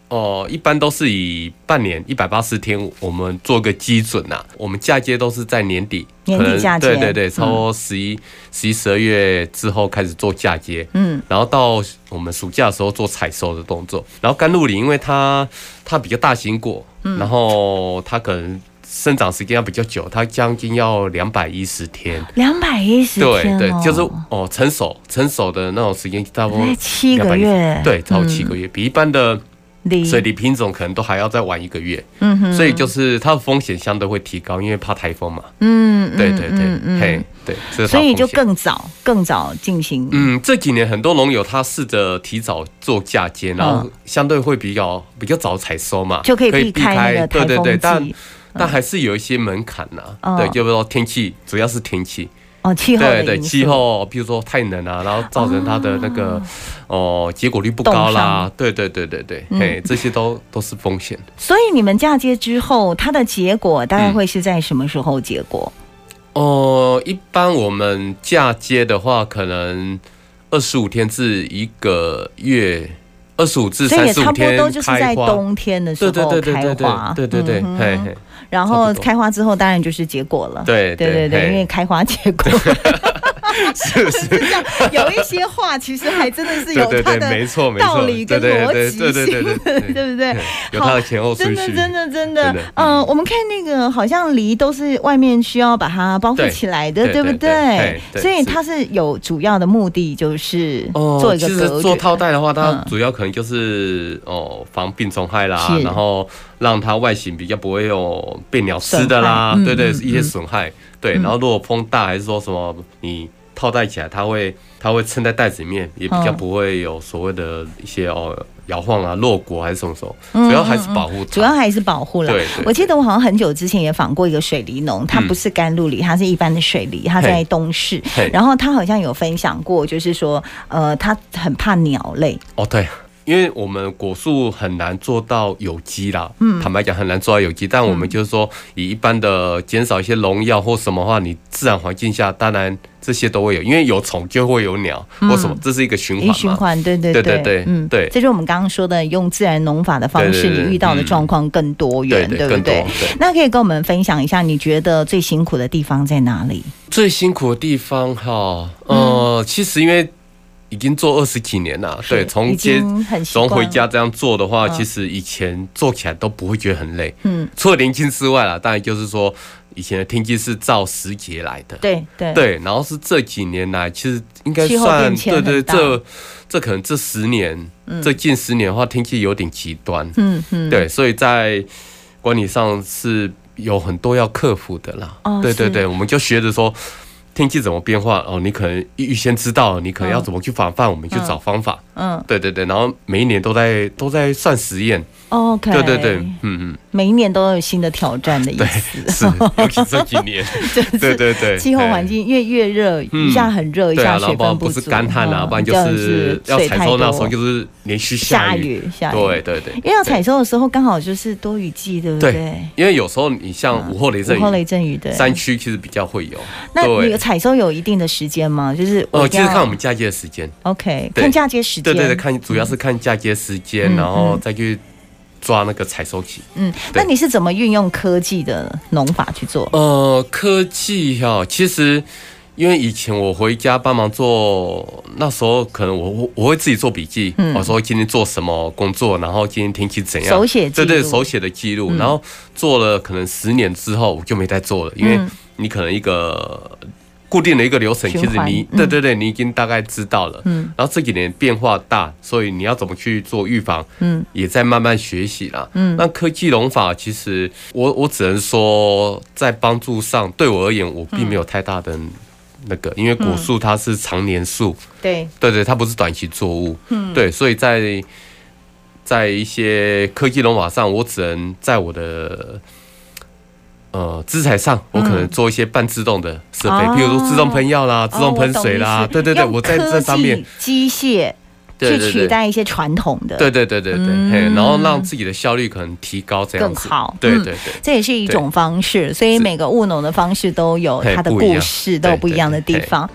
[SPEAKER 2] 哦一般都是以半年一百八十天，我们做个基准呐、我们嫁接都是在年底，
[SPEAKER 1] 年底嫁接
[SPEAKER 2] 对对对，
[SPEAKER 1] 嗯
[SPEAKER 2] 超过十一、十一、十二月之后开始做嫁接，
[SPEAKER 1] 嗯，
[SPEAKER 2] 然后到我们暑假的时候做采收的动作。然后甘露梨，因为它它比较大型果，
[SPEAKER 1] 嗯
[SPEAKER 2] 然后它可能生长时间要比较久，它将近要两百一十天。
[SPEAKER 1] 两百一十
[SPEAKER 2] 对
[SPEAKER 1] 天
[SPEAKER 2] 对
[SPEAKER 1] 哦，，
[SPEAKER 2] 就是哦，成熟成熟的那种时间差不多
[SPEAKER 1] 大概七个月嗯
[SPEAKER 2] 210对，超过七个月，比一般的
[SPEAKER 1] 梨
[SPEAKER 2] 水梨品种可能都还要再晚一个月，
[SPEAKER 1] 嗯哼，
[SPEAKER 2] 所以就是它的风险相对会提高，因为怕台风嘛。
[SPEAKER 1] 嗯，嗯
[SPEAKER 2] 对对
[SPEAKER 1] 嗯
[SPEAKER 2] 对，
[SPEAKER 1] 嗯
[SPEAKER 2] 嘿，对，这是它
[SPEAKER 1] 所
[SPEAKER 2] 的
[SPEAKER 1] 以就
[SPEAKER 2] 风险。
[SPEAKER 1] 更早更早进行，
[SPEAKER 2] 嗯，这几年很多农友他试着提早做嫁接，然后相对会比较比较早采收嘛，
[SPEAKER 1] 嗯就可以避开那个
[SPEAKER 2] 对
[SPEAKER 1] 台
[SPEAKER 2] 对对，
[SPEAKER 1] 风
[SPEAKER 2] 但
[SPEAKER 1] 季
[SPEAKER 2] 但还是有一些门槛呐、
[SPEAKER 1] 嗯
[SPEAKER 2] 对，就是说天气，主要是天气，
[SPEAKER 1] 哦，气候
[SPEAKER 2] 对
[SPEAKER 1] 的
[SPEAKER 2] 对，
[SPEAKER 1] 因素
[SPEAKER 2] 气候，比如说太冷啊，然后造成它的那个哦、结果率不高
[SPEAKER 1] 冻
[SPEAKER 2] 啦
[SPEAKER 1] 伤，
[SPEAKER 2] 对对对对对，
[SPEAKER 1] 嗯
[SPEAKER 2] 嘿，这些都都是风险。
[SPEAKER 1] 所以你们嫁接之后，它的结果大概会是在什么时候结果？
[SPEAKER 2] 嗯哦，一般我们嫁接的话，可能二十五天至一个月，二十五至
[SPEAKER 1] 所以
[SPEAKER 2] 三
[SPEAKER 1] 也
[SPEAKER 2] 十
[SPEAKER 1] 差
[SPEAKER 2] 五
[SPEAKER 1] 不多
[SPEAKER 2] 天
[SPEAKER 1] 都就是在
[SPEAKER 2] 开花。
[SPEAKER 1] 冬天的时
[SPEAKER 2] 对对
[SPEAKER 1] 候
[SPEAKER 2] 对对
[SPEAKER 1] 开
[SPEAKER 2] 对
[SPEAKER 1] 花，
[SPEAKER 2] 对对对
[SPEAKER 1] 嗯
[SPEAKER 2] 对，嘿嘿，
[SPEAKER 1] 然后
[SPEAKER 2] 差不多
[SPEAKER 1] 开花之后当然就是结果了。
[SPEAKER 2] 对
[SPEAKER 1] 对对对，
[SPEAKER 2] 嘿
[SPEAKER 1] 因为开花结果。
[SPEAKER 2] 是不是？
[SPEAKER 1] 这样 有一些话其实还真的是有
[SPEAKER 2] 对对
[SPEAKER 1] 它
[SPEAKER 2] 对，
[SPEAKER 1] 的
[SPEAKER 2] 没错没错，
[SPEAKER 1] 道理跟
[SPEAKER 2] 对对
[SPEAKER 1] 逻
[SPEAKER 2] 对
[SPEAKER 1] 辑
[SPEAKER 2] 对对
[SPEAKER 1] 性，
[SPEAKER 2] 对对对 对
[SPEAKER 1] 对不对？
[SPEAKER 2] 有它的前后
[SPEAKER 1] 真
[SPEAKER 2] 顺
[SPEAKER 1] 的
[SPEAKER 2] 序，
[SPEAKER 1] 真的真的
[SPEAKER 2] 哦真的，
[SPEAKER 1] 嗯、我们看那个好像梨都是外面需要把它包覆
[SPEAKER 2] 对
[SPEAKER 1] 起来的，
[SPEAKER 2] 对
[SPEAKER 1] 不
[SPEAKER 2] 对对对
[SPEAKER 1] 所以
[SPEAKER 2] 是
[SPEAKER 1] 它是有主要的目的，就是
[SPEAKER 2] 哦，
[SPEAKER 1] 做一个
[SPEAKER 2] 其
[SPEAKER 1] 隔
[SPEAKER 2] 实
[SPEAKER 1] 绝。
[SPEAKER 2] 做套袋的话，它
[SPEAKER 1] 嗯
[SPEAKER 2] 主要可能就是、哦防病虫害啦
[SPEAKER 1] 是，
[SPEAKER 2] 然后让它外形比较不会有被鸟吃的啦，
[SPEAKER 1] 损害嗯
[SPEAKER 2] 对对
[SPEAKER 1] 嗯
[SPEAKER 2] 一些损害。对，然后如果风大还是说什么你套袋起来，它会它会撑在袋子里面，也比较
[SPEAKER 1] 嗯
[SPEAKER 2] 不会有所谓的一些哦摇晃啊、落果还是什么时候，
[SPEAKER 1] 嗯
[SPEAKER 2] 主要还是保护它。
[SPEAKER 1] 主要还是保护啦
[SPEAKER 2] 对对。
[SPEAKER 1] 我记得我好像很久之前也访过一个水梨农，他
[SPEAKER 2] 嗯
[SPEAKER 1] 不是甘露梨，他是一般的水梨，他在东市
[SPEAKER 2] 嘿。
[SPEAKER 1] 然后他好像有分享过，就是说，呃，他很怕鸟类，
[SPEAKER 2] 哦，对，因为我们果树很难做到有机啦，嗯，坦白讲很难做到有机，但我们就是说以一般的减少一些农药或什么的话，你自然环境下当然这些都会有，因为有虫就会有鸟、或什么，这是一个循
[SPEAKER 1] 一
[SPEAKER 2] 环嗯嘛。
[SPEAKER 1] 嗯循环，对对
[SPEAKER 2] 对对对
[SPEAKER 1] 嗯，
[SPEAKER 2] 对
[SPEAKER 1] 这就是我们刚刚说的，用自然农法的方式，
[SPEAKER 2] 对对对
[SPEAKER 1] 你遇到的
[SPEAKER 2] 嗯
[SPEAKER 1] 状况更多
[SPEAKER 2] 对
[SPEAKER 1] 元，
[SPEAKER 2] 对，
[SPEAKER 1] 对不
[SPEAKER 2] 更多
[SPEAKER 1] 对？
[SPEAKER 2] 对。
[SPEAKER 1] 那可以跟我们分享一下，你觉得最辛苦的地方在哪里？
[SPEAKER 2] 最辛苦的地方哈，
[SPEAKER 1] 嗯
[SPEAKER 2] 呃，其实因为已经做二十几年了，对，从
[SPEAKER 1] 已
[SPEAKER 2] 接
[SPEAKER 1] 经很习
[SPEAKER 2] 从
[SPEAKER 1] 惯
[SPEAKER 2] 回
[SPEAKER 1] 了，
[SPEAKER 2] 家这样做的话，
[SPEAKER 1] 嗯
[SPEAKER 2] 其实以前做起来都不会觉得很累，
[SPEAKER 1] 嗯，
[SPEAKER 2] 除了年轻之外啦，当然就是说以前的天气是照时节来的。
[SPEAKER 1] 对对，
[SPEAKER 2] 对，然后是这几年来，其实应该
[SPEAKER 1] 气候
[SPEAKER 2] 算
[SPEAKER 1] 变迁
[SPEAKER 2] 对
[SPEAKER 1] 很
[SPEAKER 2] 对，
[SPEAKER 1] 大
[SPEAKER 2] 这这可能这十年，这近十年的话，天气有点极端，
[SPEAKER 1] 嗯嗯，
[SPEAKER 2] 对，所以在管理上是有很多要克服的啦。
[SPEAKER 1] 哦
[SPEAKER 2] 对
[SPEAKER 1] 是
[SPEAKER 2] 对对，我们就学着说天气怎么变化哦，你可能预先知道，你可能要
[SPEAKER 1] 嗯
[SPEAKER 2] 怎么去防范，我们去
[SPEAKER 1] 嗯
[SPEAKER 2] 找方法。
[SPEAKER 1] 嗯
[SPEAKER 2] 对对对，然后每一年都在都在算实验。
[SPEAKER 1] ，OK，
[SPEAKER 2] 对对对，嗯
[SPEAKER 1] 每一年都有新的挑战的意思，
[SPEAKER 2] 嗯，是，尤其这几 年，
[SPEAKER 1] 就是
[SPEAKER 2] 对对对，
[SPEAKER 1] 气候环
[SPEAKER 2] 哎。
[SPEAKER 1] 境越越热，
[SPEAKER 2] 嗯
[SPEAKER 1] 一下很热，一
[SPEAKER 2] 对啊，
[SPEAKER 1] 下
[SPEAKER 2] 然后
[SPEAKER 1] 水
[SPEAKER 2] 不然
[SPEAKER 1] 分
[SPEAKER 2] 不
[SPEAKER 1] 足，
[SPEAKER 2] 是干旱啊，
[SPEAKER 1] 嗯
[SPEAKER 2] 不然就
[SPEAKER 1] 就是
[SPEAKER 2] 是要
[SPEAKER 1] 水
[SPEAKER 2] 采
[SPEAKER 1] 太
[SPEAKER 2] 收那
[SPEAKER 1] 多
[SPEAKER 2] 时候就是连续
[SPEAKER 1] 下
[SPEAKER 2] 下雨。
[SPEAKER 1] 雨下雨，
[SPEAKER 2] 对，对对，
[SPEAKER 1] 因为要采收的时候刚好就是多雨季，对不
[SPEAKER 2] 对
[SPEAKER 1] 对？嗯
[SPEAKER 2] 因为有时候你像午后雷阵
[SPEAKER 1] 午后雷
[SPEAKER 2] 雨，
[SPEAKER 1] 阵雨，对。
[SPEAKER 2] 山区其实比较会有。
[SPEAKER 1] 那你
[SPEAKER 2] 对
[SPEAKER 1] 采收有一定的时间吗？就是
[SPEAKER 2] 哦，
[SPEAKER 1] 我
[SPEAKER 2] 就是看我
[SPEAKER 1] 们
[SPEAKER 2] 们嫁接的时间。
[SPEAKER 1] OK，
[SPEAKER 2] 对
[SPEAKER 1] 看嫁接时间，
[SPEAKER 2] 对对对，看主要是看嫁接时间，
[SPEAKER 1] 嗯
[SPEAKER 2] 然后
[SPEAKER 1] 嗯
[SPEAKER 2] 再去抓那个采收期。
[SPEAKER 1] 嗯，那
[SPEAKER 2] 对
[SPEAKER 1] 你是怎么运用科技的农法去做？
[SPEAKER 2] 呃，科技哈、其实。因为以前我回家帮忙做，那时候可能我我我会自己做笔记，我、说今天做什么工作，然后今天天气怎样，
[SPEAKER 1] 嗯手写记
[SPEAKER 2] 对对
[SPEAKER 1] 录嗯
[SPEAKER 2] 手写的记录，然后做了可能十年之后我就没再做了，因为
[SPEAKER 1] 嗯
[SPEAKER 2] 你可能一个。固定的一个流程，其
[SPEAKER 1] 循
[SPEAKER 2] 实
[SPEAKER 1] 环
[SPEAKER 2] 你
[SPEAKER 1] 嗯
[SPEAKER 2] 对对对，你已经大概知道了。嗯，然后这几年变化大，所以你要怎么去做预防，
[SPEAKER 1] 嗯，
[SPEAKER 2] 也在慢慢学习啦。嗯，那科技农法其实我我只能说，在帮助上对我而言，我并没
[SPEAKER 1] 嗯
[SPEAKER 2] 有太大的那个，因为果树它是常年树，
[SPEAKER 1] 对，
[SPEAKER 2] 对对，它不是短期作物，嗯，对，所以在在一些科技农法上，我只能在我的呃资材上，我可能做一些半自动的设备，
[SPEAKER 1] 哦
[SPEAKER 2] 譬如说自动喷药啦、自动喷水啦，
[SPEAKER 1] 哦我懂意思
[SPEAKER 2] 对对对，
[SPEAKER 1] 用
[SPEAKER 2] 我在这上面
[SPEAKER 1] 科技机械
[SPEAKER 2] 对
[SPEAKER 1] 去
[SPEAKER 2] 对
[SPEAKER 1] 取
[SPEAKER 2] 对。
[SPEAKER 1] 代一些传统的，
[SPEAKER 2] 对对对对对，
[SPEAKER 1] 嗯
[SPEAKER 2] 嘿，然后让自己的效率可能提高，这样子
[SPEAKER 1] 更好
[SPEAKER 2] 对
[SPEAKER 1] 嗯
[SPEAKER 2] 对对，
[SPEAKER 1] 这也是一种方式，所以每个务农的方式都有
[SPEAKER 2] 嘿
[SPEAKER 1] 它的
[SPEAKER 2] 不一
[SPEAKER 1] 故
[SPEAKER 2] 样
[SPEAKER 1] 事，都有不一样的地
[SPEAKER 2] 对对对
[SPEAKER 1] 方。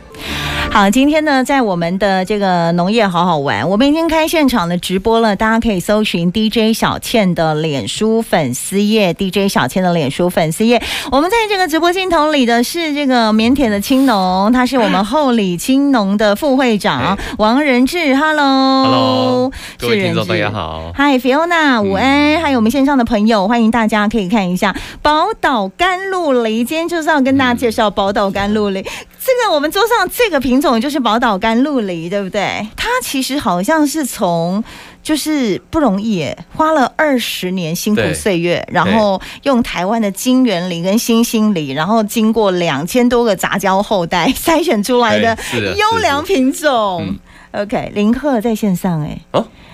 [SPEAKER 1] 好，今天呢，在我们的这个农业好好玩，我们已经开现场的直播了，大家可以搜寻 DJ 小倩的脸书粉丝页，DJ 小倩的脸书粉丝页。我们在这个直播镜头里的是这个腼腆的青农，他是我们后里青农的副会长
[SPEAKER 2] 嘿
[SPEAKER 1] 王仁志
[SPEAKER 2] Hello，
[SPEAKER 1] ，Hello，
[SPEAKER 2] 各位
[SPEAKER 1] 是
[SPEAKER 2] 听
[SPEAKER 1] 仁
[SPEAKER 2] 众大
[SPEAKER 1] 志
[SPEAKER 2] 家好，
[SPEAKER 1] 嗨，Fiona，午
[SPEAKER 2] 嗯
[SPEAKER 1] 安！还有我们线上的朋友，欢迎大家可以看一下宝岛甘露梨。今天就是要跟大家介绍宝岛甘露梨。这个我们桌上这个品种就是宝岛甘露梨，对不对？它其实好像是从就是不容易耶，花了二十年辛苦
[SPEAKER 2] 对
[SPEAKER 1] 岁月，然后用台湾的金元梨跟新兴梨，然后经过两千多个杂交后代筛选出来的
[SPEAKER 2] 哎是的是的嗯
[SPEAKER 1] 优良品种。OK，林鹤在线上哎、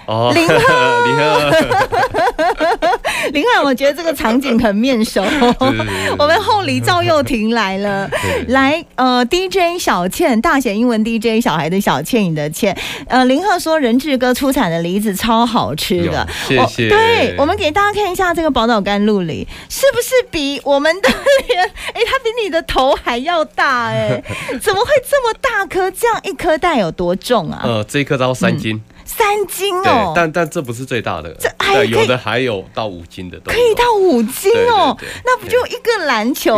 [SPEAKER 2] 哦，
[SPEAKER 1] 林
[SPEAKER 2] 林赫，
[SPEAKER 1] 林汉，我觉得这个场景很面 熟。我们后里赵又廷来了，来，呃，DJ 小倩，大写英文 DJ 小孩的小倩，你的倩，呃，林鹤说仁志哥出产的梨子超好吃的，
[SPEAKER 2] 有谢谢
[SPEAKER 1] 我对，我们给大家看一下这个宝岛甘露梨，是不是比我们的 脸，哎，它比你的头还要大、 哎，怎么会这么大颗？这样一颗蛋有多重啊？
[SPEAKER 2] 呃，这一颗到三斤，
[SPEAKER 1] 三斤哦
[SPEAKER 2] 对，，但但这不是最大的，
[SPEAKER 1] 还可以
[SPEAKER 2] 对，有的还有到五斤的都
[SPEAKER 1] 可
[SPEAKER 2] 有，
[SPEAKER 1] 以到五斤哦，
[SPEAKER 2] 对对对
[SPEAKER 1] 那不就一个篮球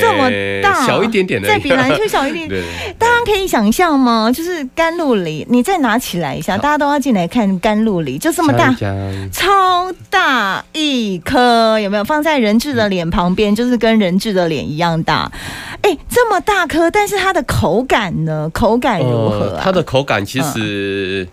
[SPEAKER 1] 这么大，
[SPEAKER 2] 哎小一点点而已
[SPEAKER 1] 再比篮球小一点
[SPEAKER 2] 对
[SPEAKER 1] 点。
[SPEAKER 2] 对对
[SPEAKER 1] 大家可以想象吗？就是甘露梨，你再拿起来一下，大家都要进来看甘露梨，就这么大
[SPEAKER 2] 香。香
[SPEAKER 1] 超大一颗，有没有放在人质
[SPEAKER 2] 嗯
[SPEAKER 1] 的脸旁边？就是跟人质的脸一样大。哎、这么大颗，但是它的口感呢？口感如何
[SPEAKER 2] 呃
[SPEAKER 1] 啊？
[SPEAKER 2] 它的口感其实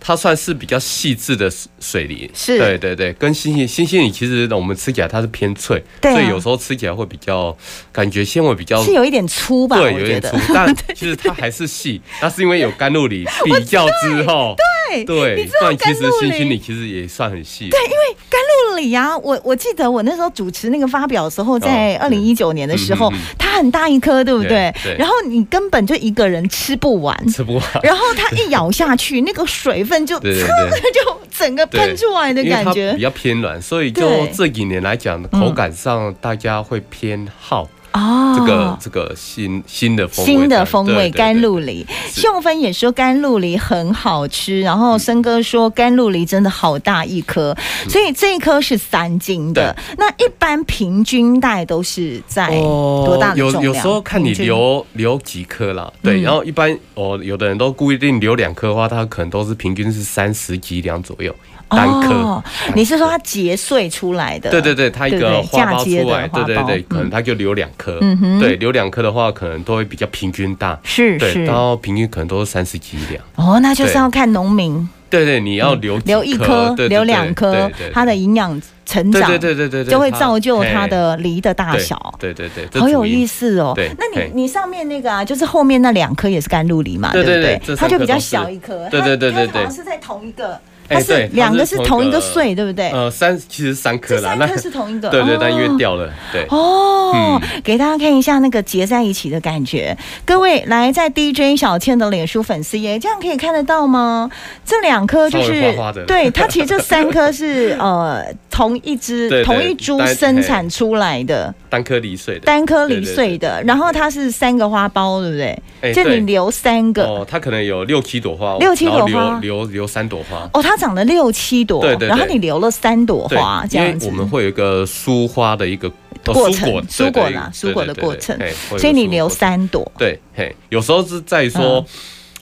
[SPEAKER 2] 它算是比较细致的水梨，
[SPEAKER 1] 是
[SPEAKER 2] 对对对，跟新鲜新鲜梨其实我们吃起来它是偏脆，
[SPEAKER 1] 对啊
[SPEAKER 2] 所以有时候吃起来会比较感觉纤维比较
[SPEAKER 1] 是有一点粗吧？
[SPEAKER 2] 对，
[SPEAKER 1] 我
[SPEAKER 2] 有
[SPEAKER 1] 觉
[SPEAKER 2] 点粗
[SPEAKER 1] 得。，
[SPEAKER 2] 但其实它还是细，那是因为有甘露梨比较之后，
[SPEAKER 1] 对哎你
[SPEAKER 2] 对
[SPEAKER 1] 知，
[SPEAKER 2] 不
[SPEAKER 1] 道
[SPEAKER 2] 然其
[SPEAKER 1] 甘
[SPEAKER 2] 实
[SPEAKER 1] 露
[SPEAKER 2] 新
[SPEAKER 1] 梨
[SPEAKER 2] 鲜梨其实也算很细，对，
[SPEAKER 1] 甘露里啊，我我记得我那时候主持那个发表的时候，在二
[SPEAKER 2] 哦
[SPEAKER 1] 零一
[SPEAKER 2] 对
[SPEAKER 1] 九年的时候
[SPEAKER 2] 嗯嗯嗯，
[SPEAKER 1] 它很大一颗，对不对
[SPEAKER 2] 对？对
[SPEAKER 1] 然后你根本就一个人吃不 完，
[SPEAKER 2] 吃不完。
[SPEAKER 1] 然后它一咬下去，那个水分就
[SPEAKER 2] 对对
[SPEAKER 1] 就整个喷出来的
[SPEAKER 2] 因为
[SPEAKER 1] 感
[SPEAKER 2] 它
[SPEAKER 1] 觉
[SPEAKER 2] 比较偏软，所以就
[SPEAKER 1] 对嗯
[SPEAKER 2] 这几年来讲，口感上大家会偏好
[SPEAKER 1] 哦
[SPEAKER 2] 这个、这个新新的风味这样，
[SPEAKER 1] 新的风味
[SPEAKER 2] 对对对
[SPEAKER 1] 甘露梨，
[SPEAKER 2] 是
[SPEAKER 1] 秀芬也说甘露梨很好吃，然后森哥说甘露梨真的好大一颗，
[SPEAKER 2] 嗯
[SPEAKER 1] 所以这一颗是三斤的。那一般平均大概都是在多大的重量？
[SPEAKER 2] 哦有有时候看你
[SPEAKER 1] 平均
[SPEAKER 2] 留留几颗啦，对，
[SPEAKER 1] 嗯
[SPEAKER 2] 然后一般哦，有的人都固定留两颗的话，它可能都是平均是三十几两左右单颗。
[SPEAKER 1] 哦
[SPEAKER 2] 单颗
[SPEAKER 1] 你是说它结穗出来的？
[SPEAKER 2] 对对对，它一
[SPEAKER 1] 对
[SPEAKER 2] 个
[SPEAKER 1] 对
[SPEAKER 2] 花
[SPEAKER 1] 嫁
[SPEAKER 2] 苞
[SPEAKER 1] 接
[SPEAKER 2] 出
[SPEAKER 1] 的
[SPEAKER 2] 来，
[SPEAKER 1] 花
[SPEAKER 2] 对对对
[SPEAKER 1] 苞，
[SPEAKER 2] 可能它就留两颗，
[SPEAKER 1] 嗯哼
[SPEAKER 2] 对，留两颗的话，可能都会比较平均大，
[SPEAKER 1] 是
[SPEAKER 2] 对，
[SPEAKER 1] 是
[SPEAKER 2] 然后平均可能都是三十几两，
[SPEAKER 1] 哦，那就是
[SPEAKER 2] 对
[SPEAKER 1] 要看农民
[SPEAKER 2] 对对，你要留几
[SPEAKER 1] 嗯留一颗
[SPEAKER 2] 颗，对对
[SPEAKER 1] 留
[SPEAKER 2] 对
[SPEAKER 1] 两颗
[SPEAKER 2] 对对，对
[SPEAKER 1] 它的营养成
[SPEAKER 2] 对
[SPEAKER 1] 长
[SPEAKER 2] 对对对对，对
[SPEAKER 1] 就会
[SPEAKER 2] 它
[SPEAKER 1] 造就它
[SPEAKER 2] 嘿
[SPEAKER 1] 的梨的大
[SPEAKER 2] 对
[SPEAKER 1] 小。
[SPEAKER 2] 对对对，这
[SPEAKER 1] 好有
[SPEAKER 2] 主因
[SPEAKER 1] 意思哦
[SPEAKER 2] 对！
[SPEAKER 1] 那你
[SPEAKER 2] 嘿
[SPEAKER 1] 你上面那个啊，就是后面那两颗也是甘露梨嘛，
[SPEAKER 2] 对
[SPEAKER 1] 不
[SPEAKER 2] 对对
[SPEAKER 1] 对？
[SPEAKER 2] 这
[SPEAKER 1] 它
[SPEAKER 2] 三
[SPEAKER 1] 就
[SPEAKER 2] 颗
[SPEAKER 1] 比较
[SPEAKER 2] 都是
[SPEAKER 1] 小一颗，
[SPEAKER 2] 对
[SPEAKER 1] 它
[SPEAKER 2] 对对
[SPEAKER 1] 它
[SPEAKER 2] 对对
[SPEAKER 1] 好像是在同一个，
[SPEAKER 2] 哎
[SPEAKER 1] 它是
[SPEAKER 2] 对它
[SPEAKER 1] 两个
[SPEAKER 2] 是
[SPEAKER 1] 是
[SPEAKER 2] 同一
[SPEAKER 1] 同一个
[SPEAKER 2] 个
[SPEAKER 1] 穗，对不对？
[SPEAKER 2] 呃，三其实三颗
[SPEAKER 1] 哎这
[SPEAKER 2] 啦，
[SPEAKER 1] 三
[SPEAKER 2] 那
[SPEAKER 1] 颗是同一个，
[SPEAKER 2] 对对，但因
[SPEAKER 1] 哦
[SPEAKER 2] 为掉了，对，
[SPEAKER 1] 哦，
[SPEAKER 2] 嗯
[SPEAKER 1] 给大家看一下那个结在一起的感觉。各位来在 DJ 小倩的脸书粉丝页，这样可以看得到吗？这两颗就
[SPEAKER 2] 稍
[SPEAKER 1] 是
[SPEAKER 2] 微花花的
[SPEAKER 1] 对它其实这三颗 是呃同一只
[SPEAKER 2] 对对
[SPEAKER 1] 同一株
[SPEAKER 2] 单
[SPEAKER 1] 生产出来的
[SPEAKER 2] 单颗离穗的，
[SPEAKER 1] 单颗零
[SPEAKER 2] 对
[SPEAKER 1] 碎
[SPEAKER 2] 对
[SPEAKER 1] 的，然后它是三个花苞，对不对？
[SPEAKER 2] 哎
[SPEAKER 1] 就你
[SPEAKER 2] 对
[SPEAKER 1] 留三个。
[SPEAKER 2] 哦，它可能有六七朵花，哦
[SPEAKER 1] 六七朵花
[SPEAKER 2] 然后留留留三朵花。
[SPEAKER 1] 哦，它长了六七朵，
[SPEAKER 2] 对对对
[SPEAKER 1] 然后你留了三朵
[SPEAKER 2] 对
[SPEAKER 1] 花，，这
[SPEAKER 2] 因为
[SPEAKER 1] 样子。
[SPEAKER 2] 我们会有一个疏花的一个哦
[SPEAKER 1] 过
[SPEAKER 2] 蔬果
[SPEAKER 1] 程，蔬果啦，
[SPEAKER 2] 对
[SPEAKER 1] 蔬果的过程，，
[SPEAKER 2] 对对对对对嘿会有
[SPEAKER 1] 所以你
[SPEAKER 2] 蔬
[SPEAKER 1] 留
[SPEAKER 2] 果
[SPEAKER 1] 三朵，
[SPEAKER 2] 对，嘿，有时候是在于说，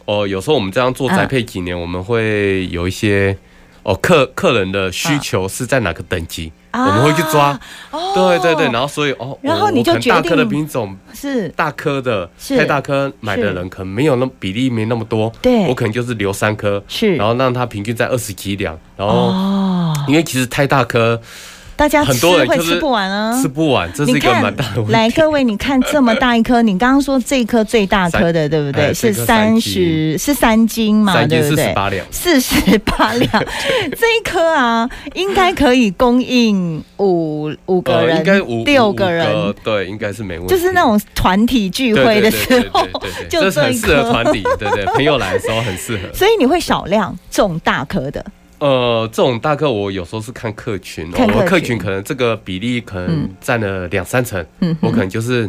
[SPEAKER 2] 哦、有时候我们这样做
[SPEAKER 1] 嗯
[SPEAKER 2] 栽培几年，我们会有一些哦客客人的需求是在哪个等级，
[SPEAKER 1] 嗯啊
[SPEAKER 2] 我们会去抓。
[SPEAKER 1] 哦
[SPEAKER 2] 对对对，然后所以哦，
[SPEAKER 1] 然后
[SPEAKER 2] 我
[SPEAKER 1] 你就
[SPEAKER 2] 我可能大
[SPEAKER 1] 决定
[SPEAKER 2] 颗的品种，
[SPEAKER 1] 哦是
[SPEAKER 2] 大颗的
[SPEAKER 1] 是
[SPEAKER 2] 太大颗买的人可能没有那么比例没那么多，
[SPEAKER 1] 对
[SPEAKER 2] 我可能就是留三颗，
[SPEAKER 1] 是
[SPEAKER 2] 然后让它平均在二十几两，然后、
[SPEAKER 1] 哦，
[SPEAKER 2] 因为其实太大颗
[SPEAKER 1] 大家
[SPEAKER 2] 很
[SPEAKER 1] 吃
[SPEAKER 2] 多人
[SPEAKER 1] 会
[SPEAKER 2] 就是
[SPEAKER 1] 吃不完啊
[SPEAKER 2] 吃。不完，这是
[SPEAKER 1] 你
[SPEAKER 2] 一个
[SPEAKER 1] 看
[SPEAKER 2] 蛮大的问，题。
[SPEAKER 1] 来各位，你看这么大一颗，你刚刚说这一颗最大颗的，对不对？
[SPEAKER 2] 哎
[SPEAKER 1] 是
[SPEAKER 2] 这颗三
[SPEAKER 1] 三十，是三斤嘛，
[SPEAKER 2] 三斤
[SPEAKER 1] 对不
[SPEAKER 2] 是
[SPEAKER 1] 对
[SPEAKER 2] 十？八两，
[SPEAKER 1] 四十八两， 这一颗啊，应该可以供应五五个
[SPEAKER 2] 呃，
[SPEAKER 1] 人，
[SPEAKER 2] 应该五
[SPEAKER 1] 六
[SPEAKER 2] 五
[SPEAKER 1] 个人，，
[SPEAKER 2] 对，应该是没问题。
[SPEAKER 1] 就是那种团体聚会的时候
[SPEAKER 2] 对对对对对对，
[SPEAKER 1] 就
[SPEAKER 2] 这是
[SPEAKER 1] 这
[SPEAKER 2] 很
[SPEAKER 1] 一
[SPEAKER 2] 适合
[SPEAKER 1] 颗。
[SPEAKER 2] 团体，对对，朋友来的时候很适合。
[SPEAKER 1] 所以你会少量种大颗的，
[SPEAKER 2] 呃，这种大课我有时候是看客群，
[SPEAKER 1] 看
[SPEAKER 2] 我们
[SPEAKER 1] 客
[SPEAKER 2] 客
[SPEAKER 1] 群
[SPEAKER 2] 群可能这个比例可能占了两三成，
[SPEAKER 1] 嗯哼，
[SPEAKER 2] 我可能就是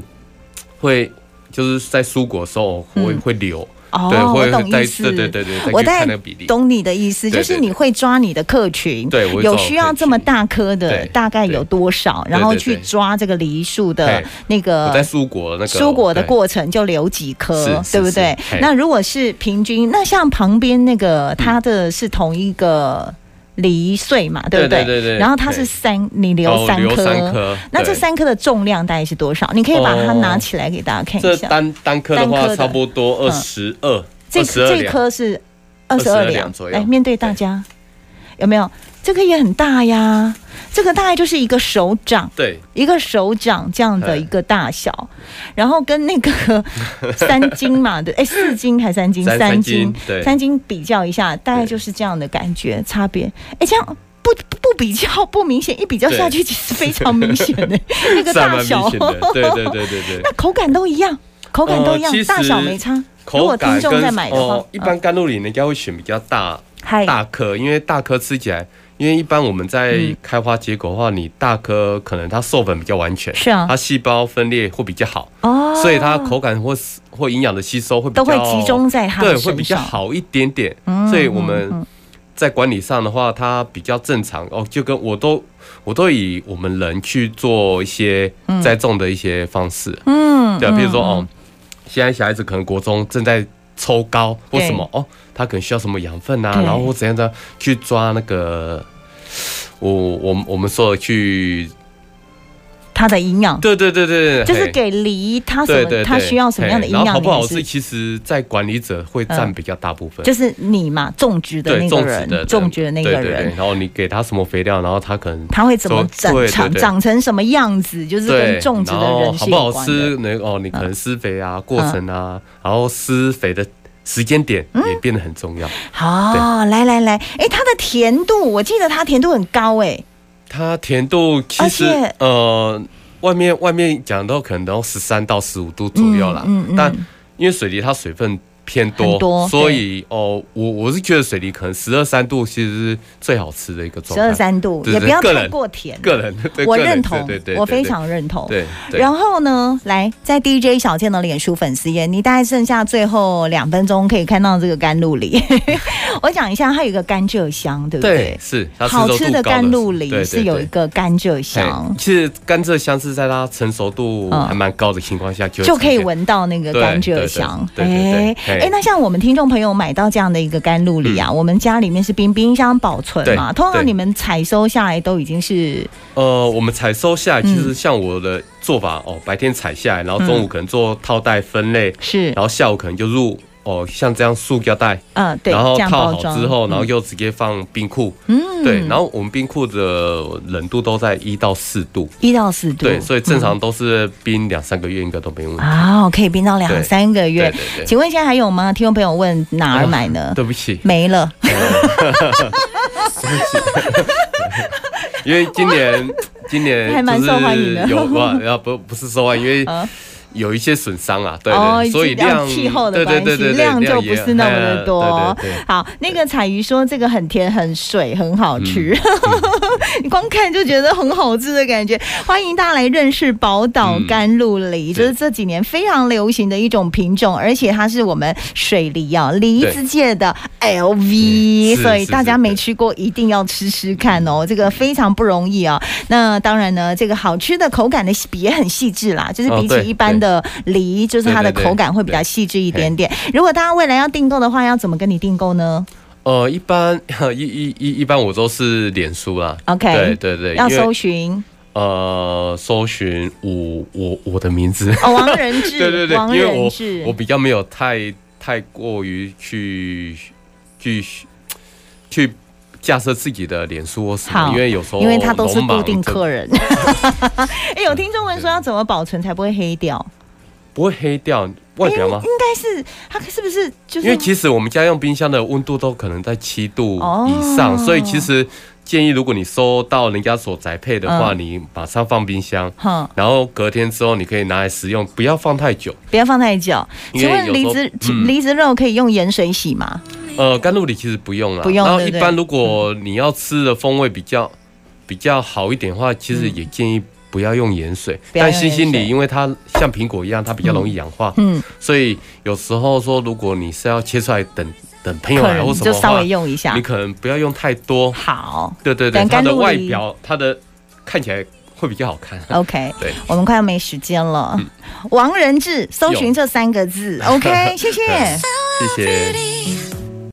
[SPEAKER 2] 会就是在蔬果的时候我会
[SPEAKER 1] 嗯
[SPEAKER 2] 会留，
[SPEAKER 1] 哦
[SPEAKER 2] 对，，
[SPEAKER 1] 我
[SPEAKER 2] 会
[SPEAKER 1] 懂
[SPEAKER 2] 再
[SPEAKER 1] 意思，
[SPEAKER 2] 对对对对，再
[SPEAKER 1] 我
[SPEAKER 2] 去
[SPEAKER 1] 大
[SPEAKER 2] 看那
[SPEAKER 1] 概
[SPEAKER 2] 个比例。
[SPEAKER 1] 懂你的意思，
[SPEAKER 2] 对
[SPEAKER 1] 就
[SPEAKER 2] 对
[SPEAKER 1] 是你会抓你的客群，
[SPEAKER 2] 对我
[SPEAKER 1] 有
[SPEAKER 2] 会抓我
[SPEAKER 1] 需要
[SPEAKER 2] 客
[SPEAKER 1] 这么
[SPEAKER 2] 群
[SPEAKER 1] 大颗的，
[SPEAKER 2] 对
[SPEAKER 1] 大概有
[SPEAKER 2] 对
[SPEAKER 1] 多少，然
[SPEAKER 2] 对
[SPEAKER 1] 后
[SPEAKER 2] 对
[SPEAKER 1] 去
[SPEAKER 2] 对
[SPEAKER 1] 抓这个梨树的
[SPEAKER 2] 嘿
[SPEAKER 1] 那
[SPEAKER 2] 我在
[SPEAKER 1] 个。
[SPEAKER 2] 蔬果那个
[SPEAKER 1] 蔬果呃的
[SPEAKER 2] 对
[SPEAKER 1] 过程就留几颗，
[SPEAKER 2] 是
[SPEAKER 1] 对不
[SPEAKER 2] 是
[SPEAKER 1] 对
[SPEAKER 2] 是嘿？
[SPEAKER 1] 那如果是平均，那像旁边那个，它的是同一个梨穗嘛，对不
[SPEAKER 2] 对
[SPEAKER 1] 对？
[SPEAKER 2] 对对对
[SPEAKER 1] 然后它是
[SPEAKER 2] 对
[SPEAKER 1] 三，你
[SPEAKER 2] 哦
[SPEAKER 1] 留三
[SPEAKER 2] 留三
[SPEAKER 1] 颗，
[SPEAKER 2] 颗，
[SPEAKER 1] 那这
[SPEAKER 2] 对哦
[SPEAKER 1] 三颗的重量大概是多少？你可以把它拿起来给大家看
[SPEAKER 2] 这
[SPEAKER 1] 一下。
[SPEAKER 2] 单单颗的
[SPEAKER 1] 单颗
[SPEAKER 2] 话
[SPEAKER 1] 的
[SPEAKER 2] 差不多
[SPEAKER 1] 嗯
[SPEAKER 2] 二十二，
[SPEAKER 1] 这
[SPEAKER 2] 二十二
[SPEAKER 1] 这
[SPEAKER 2] 两。
[SPEAKER 1] 颗是二十二
[SPEAKER 2] 22
[SPEAKER 1] 两
[SPEAKER 2] 两左右
[SPEAKER 1] 来面对大家，有没有？这个也很大呀，这个大概就是一个手掌，
[SPEAKER 2] 对，
[SPEAKER 1] 一个手掌这样的
[SPEAKER 2] 嗯
[SPEAKER 1] 一个大小，然后跟那 个三斤嘛的，哎，四斤还三斤，
[SPEAKER 2] 三三
[SPEAKER 1] 斤
[SPEAKER 2] 斤，对
[SPEAKER 1] 三斤比较一下，大概就是这样的感觉差别。哎，这样。不不比较不明显，一比较
[SPEAKER 2] 对
[SPEAKER 1] 下去其实非常明显 的那个
[SPEAKER 2] 是还蛮
[SPEAKER 1] 大
[SPEAKER 2] 明
[SPEAKER 1] 小，
[SPEAKER 2] 显的，对对对对对。
[SPEAKER 1] 那口感都一样，口感都一样，
[SPEAKER 2] 呃其实
[SPEAKER 1] 大小没差。如
[SPEAKER 2] 口
[SPEAKER 1] 果听
[SPEAKER 2] 感
[SPEAKER 1] 众
[SPEAKER 2] 跟
[SPEAKER 1] 在买的话，嗯
[SPEAKER 2] 哦，一般甘露里应该会选比较大
[SPEAKER 1] 嗨
[SPEAKER 2] 大颗，因为大颗吃起来，因为一般我们在
[SPEAKER 1] 嗯
[SPEAKER 2] 开花结果的话，你大颗可能它授粉比较完全，
[SPEAKER 1] 是啊
[SPEAKER 2] 它细胞分裂会比较好，
[SPEAKER 1] 哦，
[SPEAKER 2] 所以它口感或是或营养的吸收会比较
[SPEAKER 1] 都会集中在它的
[SPEAKER 2] 对，
[SPEAKER 1] 身上，
[SPEAKER 2] 会比较好一点点
[SPEAKER 1] 嗯。
[SPEAKER 2] 所以我们
[SPEAKER 1] 嗯
[SPEAKER 2] 在管理上的话，它比较正常哦，就跟我都我都以我们人去做一些栽种的一些方式，
[SPEAKER 1] 嗯，
[SPEAKER 2] 对，
[SPEAKER 1] 嗯
[SPEAKER 2] 比如说哦，，现在小孩子可能国中正在抽高或什么哦，他可能需要什么养分啊，
[SPEAKER 1] 对
[SPEAKER 2] 然后或怎样的去抓那个。我我们我们说的去，
[SPEAKER 1] 它的营养
[SPEAKER 2] 对对对对，
[SPEAKER 1] 就是
[SPEAKER 2] 嘿
[SPEAKER 1] 给梨它什
[SPEAKER 2] 对
[SPEAKER 1] 么，
[SPEAKER 2] 对，
[SPEAKER 1] 它
[SPEAKER 2] 对
[SPEAKER 1] 需要什么样的
[SPEAKER 2] 嘿
[SPEAKER 1] 营
[SPEAKER 2] 然后
[SPEAKER 1] 养，
[SPEAKER 2] 好不好
[SPEAKER 1] 你也
[SPEAKER 2] 是，其实在管理者会占
[SPEAKER 1] 嗯
[SPEAKER 2] 比较大部分，
[SPEAKER 1] 就是你嘛，种植的
[SPEAKER 2] 对
[SPEAKER 1] 那
[SPEAKER 2] 种
[SPEAKER 1] 个
[SPEAKER 2] 植的
[SPEAKER 1] 人，种植的那个
[SPEAKER 2] 对对
[SPEAKER 1] 人
[SPEAKER 2] 对，。然后你给他什么肥料，然后他可能
[SPEAKER 1] 它会怎么
[SPEAKER 2] 对对
[SPEAKER 1] 长
[SPEAKER 2] 对
[SPEAKER 1] 长
[SPEAKER 2] 对
[SPEAKER 1] 长成什么样子，就是跟
[SPEAKER 2] 对，
[SPEAKER 1] 种植的
[SPEAKER 2] 然后
[SPEAKER 1] 人是
[SPEAKER 2] 好不
[SPEAKER 1] 有
[SPEAKER 2] 好
[SPEAKER 1] 关的。嗯
[SPEAKER 2] 吃？那哦，你可能施肥啊，过程啊，然后施肥的时间点
[SPEAKER 1] 嗯
[SPEAKER 2] 也变得很重要。
[SPEAKER 1] 哦，来来来，哎，它的甜度，我记得它甜度很高哎，
[SPEAKER 2] 它甜度其实
[SPEAKER 1] 而且
[SPEAKER 2] 呃，外面外面讲到可能到十三到十五度左右啦，
[SPEAKER 1] 嗯嗯嗯
[SPEAKER 2] 但因为水梨它水分偏多，
[SPEAKER 1] 很多
[SPEAKER 2] 所以哦，我我是觉得水梨可能十二三度其实是最好吃的一个状
[SPEAKER 1] 十
[SPEAKER 2] 态。
[SPEAKER 1] 二三度，
[SPEAKER 2] 对
[SPEAKER 1] 也不要
[SPEAKER 2] 个
[SPEAKER 1] 太
[SPEAKER 2] 人
[SPEAKER 1] 过甜。
[SPEAKER 2] 个人 对
[SPEAKER 1] 我
[SPEAKER 2] 个人
[SPEAKER 1] 认同
[SPEAKER 2] 对对，对
[SPEAKER 1] 我
[SPEAKER 2] 对
[SPEAKER 1] 非常认同。
[SPEAKER 2] 对。对
[SPEAKER 1] 然后呢，来在 DJ 小倩的脸书粉丝页，你大概剩下最后两分钟可以看到这个甘露梨。 我讲一下，它有一个甘蔗香，对不
[SPEAKER 2] 对
[SPEAKER 1] 对？
[SPEAKER 2] 是它
[SPEAKER 1] 好
[SPEAKER 2] 熟
[SPEAKER 1] 吃
[SPEAKER 2] 度
[SPEAKER 1] 的
[SPEAKER 2] 高
[SPEAKER 1] 甘露
[SPEAKER 2] 对
[SPEAKER 1] 梨
[SPEAKER 2] 对
[SPEAKER 1] 是有
[SPEAKER 2] 对
[SPEAKER 1] 一个甘蔗
[SPEAKER 2] 嘿
[SPEAKER 1] 香，
[SPEAKER 2] 其实甘蔗香是在它成熟度还蛮高的情况下就
[SPEAKER 1] 嗯
[SPEAKER 2] 会
[SPEAKER 1] 就可以
[SPEAKER 2] 出现。
[SPEAKER 1] 闻到那个甘蔗香。
[SPEAKER 2] 对对对对对
[SPEAKER 1] 哎
[SPEAKER 2] 嘿嗯
[SPEAKER 1] 哎，那像我们听众朋友买到这样的一个甘露梨啊，我们家里面是冰冰箱保存嘛，
[SPEAKER 2] 对
[SPEAKER 1] 通常
[SPEAKER 2] 对
[SPEAKER 1] 你们采收下来都已经是
[SPEAKER 2] 呃，我们采收下来，其实像我的做法、哦，白天采下来，然后中午可能做套袋分类，
[SPEAKER 1] 嗯是
[SPEAKER 2] 然后下午可能就入哦，像这样塑胶袋，
[SPEAKER 1] 嗯对，
[SPEAKER 2] 然后
[SPEAKER 1] 这样
[SPEAKER 2] 套
[SPEAKER 1] 包
[SPEAKER 2] 好
[SPEAKER 1] 装
[SPEAKER 2] 之后，然后
[SPEAKER 1] 嗯
[SPEAKER 2] 又直接放冰库。
[SPEAKER 1] 嗯
[SPEAKER 2] 对，然后我们冰库的冷度都在一到四度，
[SPEAKER 1] 一到四度，
[SPEAKER 2] 对，所以正常
[SPEAKER 1] 嗯
[SPEAKER 2] 都是冰两三个月应该都没问题。
[SPEAKER 1] 啊，可以冰到两
[SPEAKER 2] 对
[SPEAKER 1] 三个月
[SPEAKER 2] 对。对对，
[SPEAKER 1] 请问现在还有吗？听众朋友问哪儿买呢？
[SPEAKER 2] 对不起，
[SPEAKER 1] 没了，
[SPEAKER 2] 因为今年今年
[SPEAKER 1] 还蛮
[SPEAKER 2] 就是
[SPEAKER 1] 受欢迎的
[SPEAKER 2] 啊 有哇，然后不不是受欢迎，因为
[SPEAKER 1] 嗯
[SPEAKER 2] 有一些损伤啊，对
[SPEAKER 1] 哦
[SPEAKER 2] 对，所以
[SPEAKER 1] 这样
[SPEAKER 2] 量
[SPEAKER 1] 气候的
[SPEAKER 2] 对
[SPEAKER 1] 关
[SPEAKER 2] 对
[SPEAKER 1] 系
[SPEAKER 2] 对对对
[SPEAKER 1] 量就
[SPEAKER 2] 也
[SPEAKER 1] 不是那么的多
[SPEAKER 2] 哎对对对
[SPEAKER 1] 好，那个彩鱼说这个很甜很水，很好吃，
[SPEAKER 2] 嗯
[SPEAKER 1] 你光看就觉得很好吃的感觉。欢迎大家来认识宝岛甘露
[SPEAKER 2] 嗯
[SPEAKER 1] 梨，就是这几年非常流行的一种品种，而且它是我们水梨啊梨子界的 LV，
[SPEAKER 2] 嗯是
[SPEAKER 1] 所以
[SPEAKER 2] 是嗯
[SPEAKER 1] 大家
[SPEAKER 2] 是
[SPEAKER 1] 没
[SPEAKER 2] 对
[SPEAKER 1] 吃过一定要吃吃看哦，这个非常不容易啊。那当然呢，这个好吃的口感的也很细致啦，就是
[SPEAKER 2] 哦
[SPEAKER 1] 比
[SPEAKER 2] 对
[SPEAKER 1] 起一般
[SPEAKER 2] 对
[SPEAKER 1] 的梨，就是它的
[SPEAKER 2] 对对对
[SPEAKER 1] 口感会比较
[SPEAKER 2] 对
[SPEAKER 1] 细致一点点。如果大家未来要订购的话，要怎么跟你订购呢
[SPEAKER 2] 呃，一般 一一一一般我都是脸书啦。对
[SPEAKER 1] ？OK，
[SPEAKER 2] 对对，
[SPEAKER 1] 要
[SPEAKER 2] 因为
[SPEAKER 1] 搜 寻
[SPEAKER 2] 呃搜寻我我我的名字，
[SPEAKER 1] 哦，王仁志，
[SPEAKER 2] 对对对，
[SPEAKER 1] 王
[SPEAKER 2] 因为
[SPEAKER 1] 仁
[SPEAKER 2] 我
[SPEAKER 1] 志
[SPEAKER 2] 我比较没有太太过于去去去架设自己的脸书或什
[SPEAKER 1] 好
[SPEAKER 2] 么，因为有时候
[SPEAKER 1] 因为他都是
[SPEAKER 2] 农忙
[SPEAKER 1] 固定
[SPEAKER 2] 这
[SPEAKER 1] 客人。 哎，有听众问说要怎么保存才不会黑掉？
[SPEAKER 2] 不会黑掉外表吗？
[SPEAKER 1] 应该是它是不是就
[SPEAKER 2] 因为
[SPEAKER 1] 是
[SPEAKER 2] 其实我们家用冰箱的温度都可能在七度以上，
[SPEAKER 1] 哦
[SPEAKER 2] 所以其实建议如果你收到人家所宅配的话，你马上放冰箱。
[SPEAKER 1] 嗯哼，
[SPEAKER 2] 然后隔天之后，你可以拿来食用，不要放太久。
[SPEAKER 1] 不要放太久。
[SPEAKER 2] 因为
[SPEAKER 1] 请问
[SPEAKER 2] 有时
[SPEAKER 1] 梨
[SPEAKER 2] 候
[SPEAKER 1] 子
[SPEAKER 2] 嗯
[SPEAKER 1] 梨子肉可以用盐水洗吗？
[SPEAKER 2] 呃，甘露梨其实不用了，
[SPEAKER 1] 不用
[SPEAKER 2] 然后
[SPEAKER 1] 对嗯不
[SPEAKER 2] 一
[SPEAKER 1] 对
[SPEAKER 2] 般如果你要吃的风味比较比较好一点的话，其实也建议不要用盐水。
[SPEAKER 1] 嗯不要用
[SPEAKER 2] 但星
[SPEAKER 1] 盐
[SPEAKER 2] 星
[SPEAKER 1] 水
[SPEAKER 2] 梨因为它像苹果一样，它比较容易氧化，
[SPEAKER 1] 嗯，
[SPEAKER 2] 所以有时候说如果你是要切出来等等朋友
[SPEAKER 1] 客
[SPEAKER 2] 来
[SPEAKER 1] 人
[SPEAKER 2] 啊或什么
[SPEAKER 1] 就
[SPEAKER 2] 的
[SPEAKER 1] 稍
[SPEAKER 2] 话
[SPEAKER 1] 微，用一下
[SPEAKER 2] 你。可能不要用太多。
[SPEAKER 1] 好。
[SPEAKER 2] 对对对，
[SPEAKER 1] 等甘
[SPEAKER 2] 它的
[SPEAKER 1] 露
[SPEAKER 2] 外
[SPEAKER 1] 梨
[SPEAKER 2] 表，它的看起来会比较好看。
[SPEAKER 1] OK，
[SPEAKER 2] 对嗯
[SPEAKER 1] 我们快要没时间了。王仁志，搜寻这三个字。OK，谢谢。
[SPEAKER 2] 谢谢。
[SPEAKER 3] pretty